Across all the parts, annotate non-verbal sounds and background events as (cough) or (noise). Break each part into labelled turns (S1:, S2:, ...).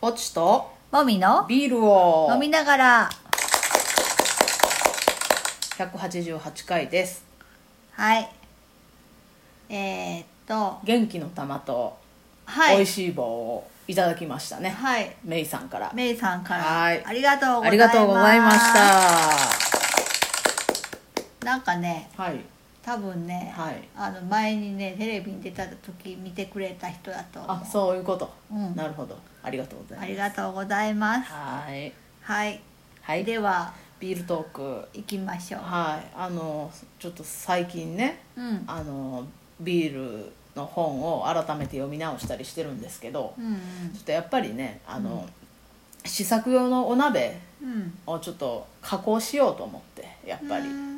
S1: ポチと
S2: もみの
S1: ビールを
S2: 飲みながら
S1: 188回です
S2: はいえー、っと
S1: 元気の玉と
S2: はい
S1: 美味しい棒をいただきましたね、
S2: はい
S1: メイさんから
S2: メイさんから
S1: はい
S2: ありがとうございます
S1: ありがとうございました
S2: なんかね
S1: はい
S2: 多分ね、
S1: はい
S2: あの前にねテレビに出た時見てくれた人だと思う
S1: あそういうこと、
S2: うん
S1: なるほどありがとうございま
S2: あ
S1: す
S2: りがとうございます
S1: はい
S2: はい、
S1: はい
S2: では
S1: ビールトーク
S2: 行きましょう
S1: はいあのちょっと最近ね
S2: うん
S1: あのビールの本を改めて読み直したりしてるんですけど、
S2: うん
S1: ちょっとやっぱりねあの、試作用のお鍋
S2: うんうん
S1: をちょっと加工しようと思ってやっぱり、
S2: うん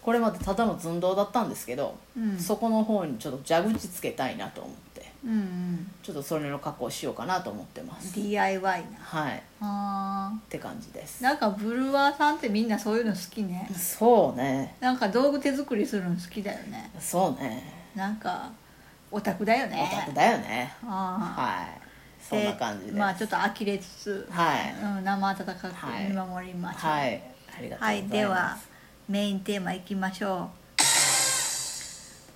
S1: これまでただの寸胴だったんですけど、
S2: うん
S1: そこの方にちょっと蛇口つけたいなと思って
S2: うんうん
S1: ちょっとそれの加工しようかなと思ってます、
S2: DIY な
S1: はいっ
S2: あー
S1: て感じです
S2: なんかブルワーさんってみんなそういうの好きね
S1: そうね
S2: なんか道具手作りするの好きだよね
S1: そうね
S2: なんかオタクだよ
S1: オタク
S2: ね
S1: だよね
S2: ああ
S1: はいそんな感じで、
S2: まあちょっと呆れつつ、
S1: はい
S2: うん、生温か
S1: はい
S2: く見守りましょう、
S1: はいいありがとうござ
S2: はいい
S1: ます、
S2: ではメインテーマいきましょ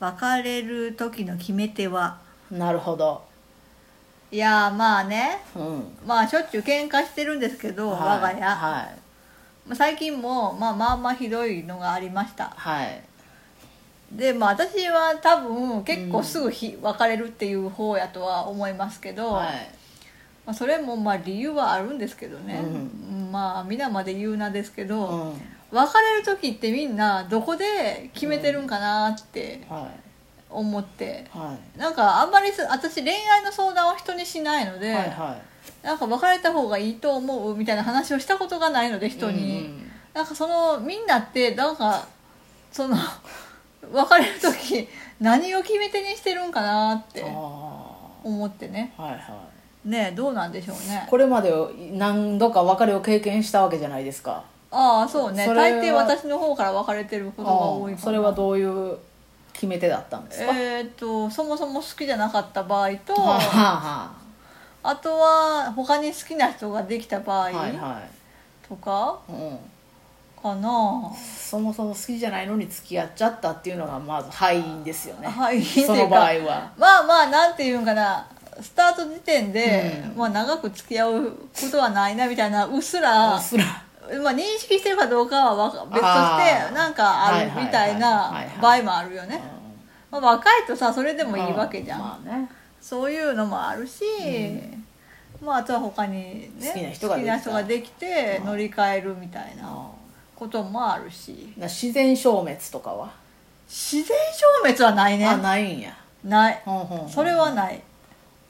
S2: う別れる時の決め手は
S1: なるほど
S2: いやーまあね
S1: うん
S2: まあしょっちゅう喧嘩してるんですけど、我が家、
S1: はい
S2: まあ最近も、まあ、まあまあひどいのがありました
S1: はい
S2: でまあ私は多分結構すぐひ、別れるっていう方やとは思いますけど、
S1: はい
S2: まあ、それもまあ理由はあるんですけどね、
S1: う
S2: まあ皆まで言うなですけど、
S1: うん
S2: 別れる時ってみんなどこで決めてるんかなって
S1: は
S2: 思って
S1: い、はい
S2: なんかあんまりす私恋愛の相談を人にしないので、
S1: はいは
S2: なんか別れた方がいいと思うみたいな話をしたことがないので
S1: い
S2: 人に。
S1: うんうん
S2: なんかそのみんなってなんかその (laughs) 別れる時何を決め手にしてるんかなって
S1: あ
S2: 思ってね
S1: あはいは
S2: ねえどうなんでしょう
S1: い
S2: ね
S1: これまで何度か別れを経験したわけじゃないですか
S2: ああそうね
S1: それは
S2: 大抵私の方から別れてることが多
S1: ああ
S2: いかな
S1: それはどういう決め手だったんですか、
S2: えーっとそもそも好きじゃなかった場合
S1: (laughs)
S2: と
S1: はあ
S2: あ
S1: は
S2: とは他に好きな人ができた場
S1: あはい
S2: 合
S1: は
S2: とか
S1: い、うん、
S2: かな、
S1: そもそも好きじゃないのに付き合っちゃったっていうのがまず敗因ですよね
S2: 敗因っていう
S1: そ
S2: か
S1: の場合は
S2: まあまあなんていうんかなスタート時点で、
S1: うん
S2: まあ、長く付き合うことはないなみたいなうっすら
S1: うっすら
S2: まあ、認識してるかどうかはわか別とし
S1: あー
S2: てなんかある
S1: はいはいはい
S2: みたい
S1: は
S2: ない
S1: はい
S2: 場合もあるよね、まあ、若いとさそれで
S1: うん
S2: もいいわけじゃん、
S1: まあね
S2: そういうのもあるし、まあ、あとは他にね
S1: 好きな人ができた
S2: 好きな人ができて乗り換えるみたいな
S1: あ
S2: こともあるし
S1: あな自然消滅とかは、
S2: 自然消滅はないね
S1: あないんや
S2: ない
S1: ほんほんほん
S2: それはない、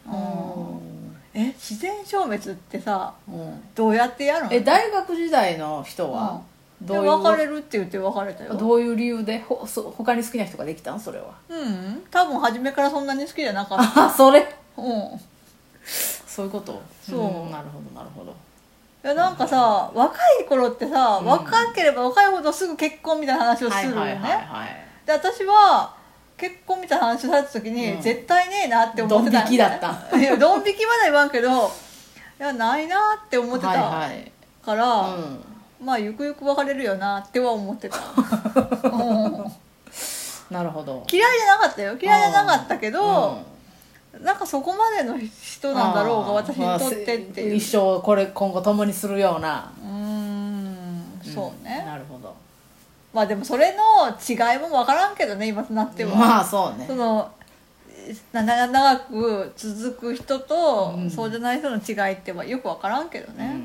S2: う、
S1: うんん
S2: え自然消滅ってさ
S1: うん
S2: どうやってやるの
S1: え大学時代の人は
S2: うん
S1: どう
S2: で別
S1: い
S2: れ
S1: う
S2: るって言って別れたよ
S1: どういう理由でほそ他に好きな人ができたんそれは
S2: うん多分初めからそんなに好きじゃなかった
S1: あそれ
S2: うんい
S1: そういうこと
S2: そうん
S1: なるほどなるほど
S2: やなんかさ若い頃ってさ
S1: うん
S2: 若ければ若いほどすぐ結婚みたいな話をするよ
S1: はいはいはい
S2: ね
S1: はい
S2: で私は結婚みたいな話をされた時に、
S1: うん
S2: 絶対ねえなって思って
S1: ド
S2: た
S1: ン引きだった
S2: (laughs) いやドン引きまでは言わんけどいやないなって思ってた
S1: はいはい
S2: から、
S1: うん
S2: まあゆくゆく別れるよなっては
S1: (laughs)
S2: 思ってた、うん
S1: なるほど
S2: 嫌いじゃなかったよ嫌いじゃなかったけど、
S1: うん
S2: なんかそこまでの人なんだろうが私にとってって
S1: ま
S2: い
S1: あ
S2: う、
S1: 一生これ今後共にするような
S2: うーんそうね、
S1: んなるほど
S2: まあでもそれの違いも分からんけどね今となっては、
S1: まあそうね
S2: そのなな長く続く人と、
S1: うん
S2: そうじゃない人の違いってはよく分からんけどね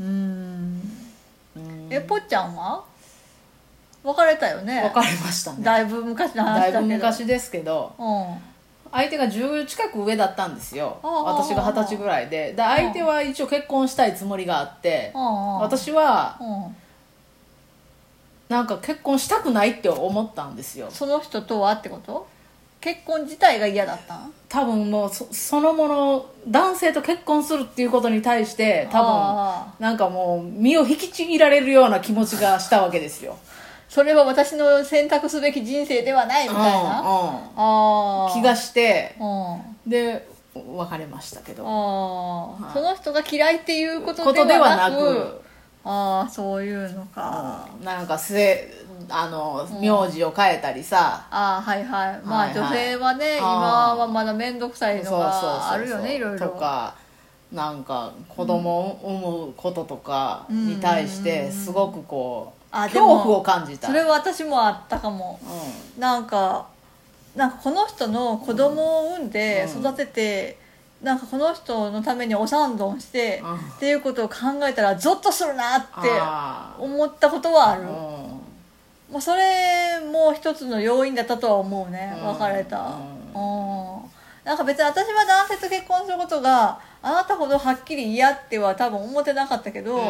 S2: うーん
S1: うん
S2: えぽっちゃんは別れたよね
S1: 分かりましたね
S2: だいぶ昔の
S1: だ
S2: 話
S1: い
S2: だけど
S1: ぶ昔ですけど
S2: うんは
S1: 相手が10近く上だったんですよ
S2: ああ
S1: 私が二十歳ぐらいでで相手は一応結婚したいつもりがあって
S2: あはあ
S1: 私は
S2: う
S1: なんか結婚したくないって思ったんですよ
S2: ん、その人とはってこと結婚自体が嫌だったん
S1: 多分もうそそのもの男性と結婚するっていうことに対して多分
S2: ああ
S1: なんかもう身を引きちぎられるような気持ちがしたわけですよ
S2: それは私の選択すべき人生ではないみたいな、あ
S1: うんうん
S2: あ
S1: 気がして
S2: うん
S1: で別れましたけど
S2: ああ、
S1: はい
S2: その人が嫌いっていうこと
S1: こと
S2: で
S1: で
S2: は
S1: は
S2: な
S1: な
S2: く
S1: く
S2: ああそういうのか、
S1: なんか末あの
S2: うん
S1: 名字を変えたりさ、
S2: ああはいはいま
S1: は
S2: あ、
S1: いはい
S2: 女性は
S1: あー
S2: ね今はまだ面倒くさいのがあるよねいろいろ
S1: とかなんか子供を産むこととかに対してすごくこう、
S2: あで
S1: 恐
S2: も
S1: 怖を感じた
S2: それは私もあったかも
S1: う
S2: なんかなんかこの人の子供を産んで
S1: うん
S2: 育てて、なんかこの人のためにお産どんして、
S1: うん
S2: っていうことを考えたらゾッとするなっ
S1: ん
S2: て
S1: あー
S2: 思ったことはある
S1: うん
S2: まあ、それも一つの要因だったとは思うね
S1: うん
S2: 別れた
S1: う
S2: うんなんか別に私は男性と結婚することがあなたほどはっきり嫌っては多分思ってなかったけど、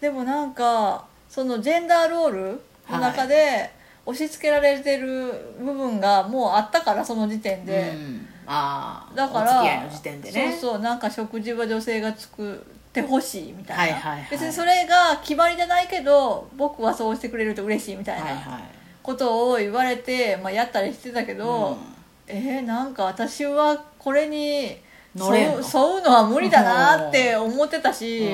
S2: でもなんかそのジェンダーロールの中で押し付けられてる部分がもうあったからその時点
S1: う
S2: で、
S1: んあー
S2: だから
S1: お付き合いの時点でね
S2: そうそうなんか食事は女性が作ってほしいみたいな、
S1: はいはいはい
S2: 別にそれが決まりじゃないけど僕はそうしてくれると嬉しいみたいな、
S1: はいはい
S2: ことを言われて、まあ、やったりしてたけど、えー、なんか私はこれに
S1: 乗れんの
S2: (laughs) 沿う沿うのは無理だなって思ってたし、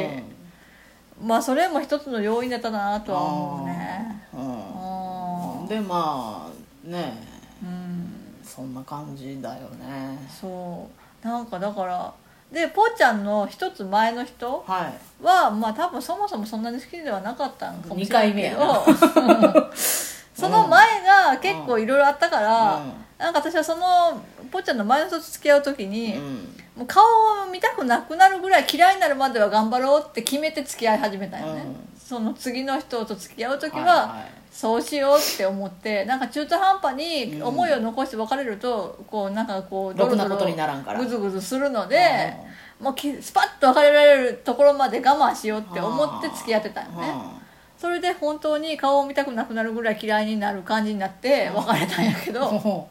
S1: うん
S2: まあそれも一つの要因だったなとは思うね
S1: うん
S2: あ
S1: でまあね
S2: ーうん
S1: そんな感じだよね
S2: そうなんかだからでぽーちゃんの一つ前の人
S1: はい
S2: はまあ多分そもそもそんなに好きではなかったんかもしれないけど
S1: 二
S2: その前が結構いろいろあったから、なんか私はそのぽっちゃんの前の人と付き合う時
S1: うん
S2: に、
S1: うん
S2: もう顔を見たくなくなるぐらい嫌いになるまでは頑張ろうって決めて付き合い始めたよね、
S1: うん
S2: その次の人と付き合う時は、
S1: はいはい
S2: そうしようって思ってなんか中途半端に思いを残して別れると、こうなんかこう
S1: ろくなことにならんから
S2: ぐずぐずするので、もうきスパッと別れられるところまで我慢しようって思って付き合ってたよね、それで本当に顔を見たくなくなるぐらい嫌いになる感じになって別れたんやけど、
S1: そ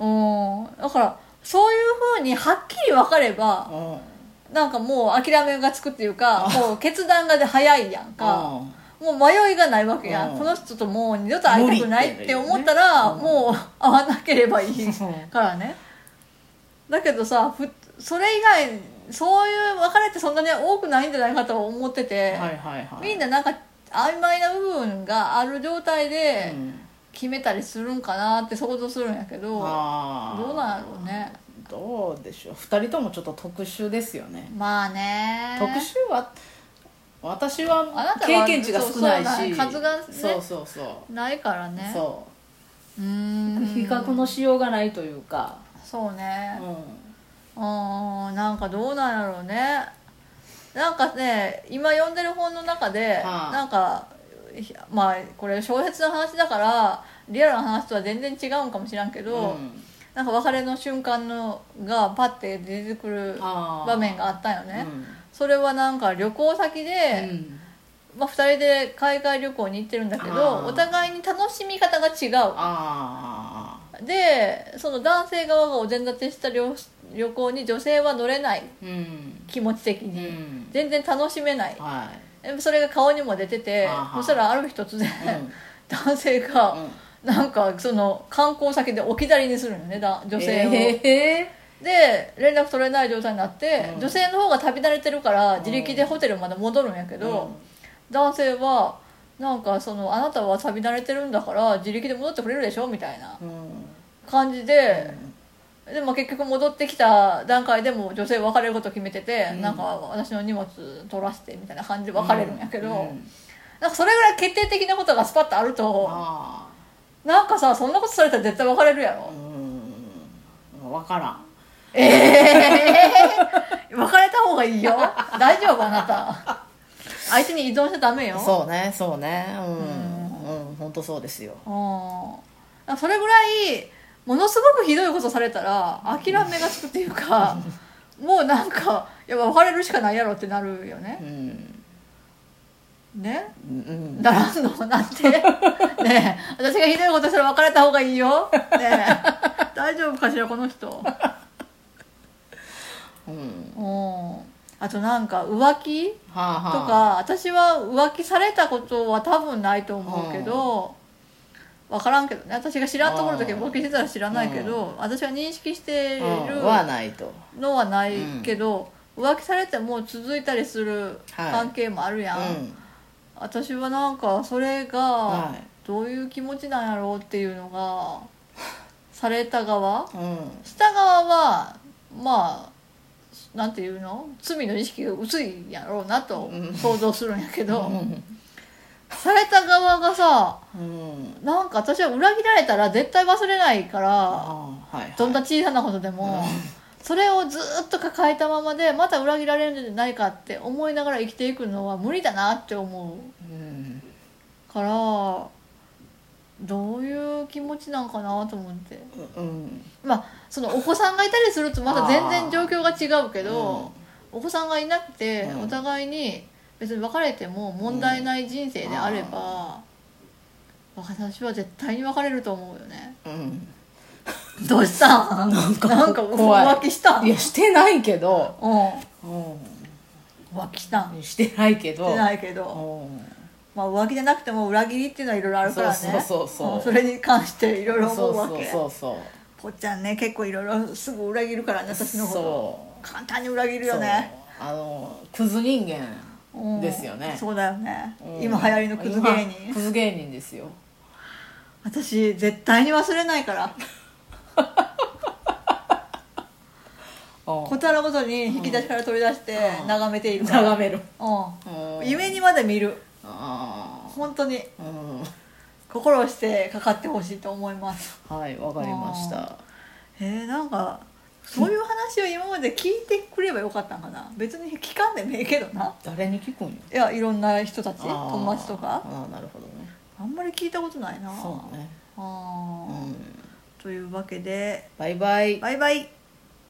S2: うん、だからそういうふうにはっきり分かれば
S1: うんうん
S2: なんかもう諦めがつくっていうかもう決断がで早いやんか
S1: うん
S2: もう迷いがないわけや
S1: うんん
S2: この人ともう二度と会いたくないって思ったら
S1: 無理っていうね
S2: もう会わなければいい
S1: そう
S2: からねだけどさふそれ以外そういう別れってそんなに多くないんじゃないかと思ってて
S1: はいはいはい
S2: みんななんか曖昧な部分がある状態で
S1: うん
S2: 決めたりするんかなって想像するんやけど。
S1: あー
S2: どうなんやろうね
S1: どうでしょう二人ともちょっと特殊ですよね
S2: まあね
S1: 特殊は私
S2: あ
S1: は
S2: なたは
S1: 経験値が少ないし
S2: そうそうなん数がね
S1: そうそうそう
S2: ないからね
S1: そう
S2: うーん
S1: 比較のしようがないというか、
S2: そうね
S1: う
S2: うーんなんかどうなんやろうねなんかね今読んでる本の中で、
S1: はあ
S2: なんかひまあこれ小説の話だからリアルな話とは全然違うんかもしらんけ
S1: ん
S2: ど、なんか別れの瞬間のがパッて出てくる
S1: あー
S2: 場面があったよね、
S1: うん
S2: それはなんか旅行先で、
S1: うん
S2: まあ、2人で海外旅行に行ってるんだけ
S1: あ
S2: ど
S1: ー
S2: お互いに楽しみ方が違
S1: あ
S2: うでその男性側がお膳立てした旅旅行に女性は乗れない
S1: ーうん
S2: 気持ち的
S1: う
S2: に、
S1: ん
S2: 全然楽しめない
S1: はい
S2: でそれが顔にも出てて
S1: あーはー
S2: そしたらある日突然、
S1: うん
S2: 男性が
S1: うん
S2: なんかその観光先で置き去りにするのねだ女性を、
S1: え
S2: で連絡取れない状態になって、
S1: うん
S2: 女性の方が旅慣れてるから
S1: ん
S2: 自力でホテルまで戻るんやけ
S1: ー
S2: ど、男性はなんかそのあなたは旅慣れてるんだから自力で戻ってくれるでしょみたいな
S1: うんうん
S2: 感じで、でも結局戻ってきた段階でも女性別れることを決めてて、
S1: うん
S2: なんか私の荷物取らせてみたいな感じで別れるんやけど、
S1: うん
S2: なんかそれぐらい決定的なことがスパッとあると
S1: あ
S2: なんかさそんなことされたら絶対別れるや
S1: あう
S2: ろ
S1: んわからん
S2: (laughs) 別れた方がいいよ大丈夫あなた相手に依存しちゃダメよ
S1: そうねそうねうんうん本当そうですよ
S2: うん、それぐらいものすごくひどいことされたら諦めがつくっていう
S1: (laughs)
S2: かもうなんかやっぱ別れるしかないやろってなるよ
S1: う
S2: ね
S1: ん
S2: ね
S1: うんうん
S2: ならんのなん
S1: (laughs)
S2: てねえ私がひどいことしたら別れた方がいいよねえ
S1: (laughs)
S2: 大丈夫かしらこの人うん
S1: うん
S2: あとなんか浮気
S1: はあ
S2: と
S1: はあ
S2: か私は浮気されたことは多分ないと思うけど、分からんけどね私が知らんところだけ
S1: あー
S2: 浮気してたら知らないけど、私が認識している
S1: うんはないと
S2: のはないけど、浮気されても続いたりする
S1: はい
S2: 関係もあるやん、
S1: うん
S2: 私はなんかそれ
S1: は
S2: がどういう気持ちなんやろうっていうのがされた側
S1: いうん
S2: した側はまあなんていうの罪の意識が薄いんやろうなと
S1: うん
S2: 想像するんやけど、
S1: う
S2: された側がさ
S1: んうん
S2: なんか私は裏切られたら絶対忘れないから
S1: ああはいはい
S2: どんな小さなことでもそれをずっと抱えたままでまた裏切られるんじゃないかって思いながら生きていくのは無理だなって思
S1: うん
S2: うからどういう気持ちなんかなと思って
S1: うん
S2: まあそのお子さんがいたりするとまた全然状況が違うけど、お子さんがいなくて、
S1: うん
S2: お互いに別に別れても問題ない人生であれば、私は絶対に別れると思うよね
S1: うん
S2: どうしたんなん
S1: か怖い
S2: 浮気したん
S1: い
S2: うん
S1: やしてないけど
S2: 浮
S1: う
S2: 気したんし
S1: んしてないけど
S2: てないけど、
S1: うん
S2: まあ、浮気じゃなくても裏切りっていうのはいろいろあるからね
S1: そうそうそうそうん
S2: それに関していろいろ思
S1: そう
S2: うわけ
S1: そうそうそう
S2: ぽっちゃんね結構いろいろすぐ裏切るからね私のこと
S1: そ
S2: 簡単に裏
S1: う
S2: 切るよね
S1: そうあのクズ人間
S2: うん
S1: ですよね
S2: そうだよね、
S1: うん
S2: 今流行りのクズ芸
S1: 今
S2: 人
S1: クズ芸人ですよ
S2: 私絶対に忘れないから
S1: うん
S2: ことあるごとに引き出しから取り出して
S1: うん
S2: 眺めているから、
S1: 眺める
S2: うん
S1: うん
S2: 夢にまで見る
S1: あ
S2: 本当に
S1: あうん
S2: 心をしてかかってほしいと思います
S1: はいわかりました
S2: えー、なんかそういう話を今まで聞いてくればよかったんかな別に聞かんでもええけどな
S1: 誰に聞くんよ
S2: いやいろんな人たち
S1: あー
S2: 友達とか
S1: ああなるほどね
S2: あんまり聞いたことないな
S1: そうね
S2: あー
S1: うん
S2: というわけで
S1: バイバイ
S2: バイバイ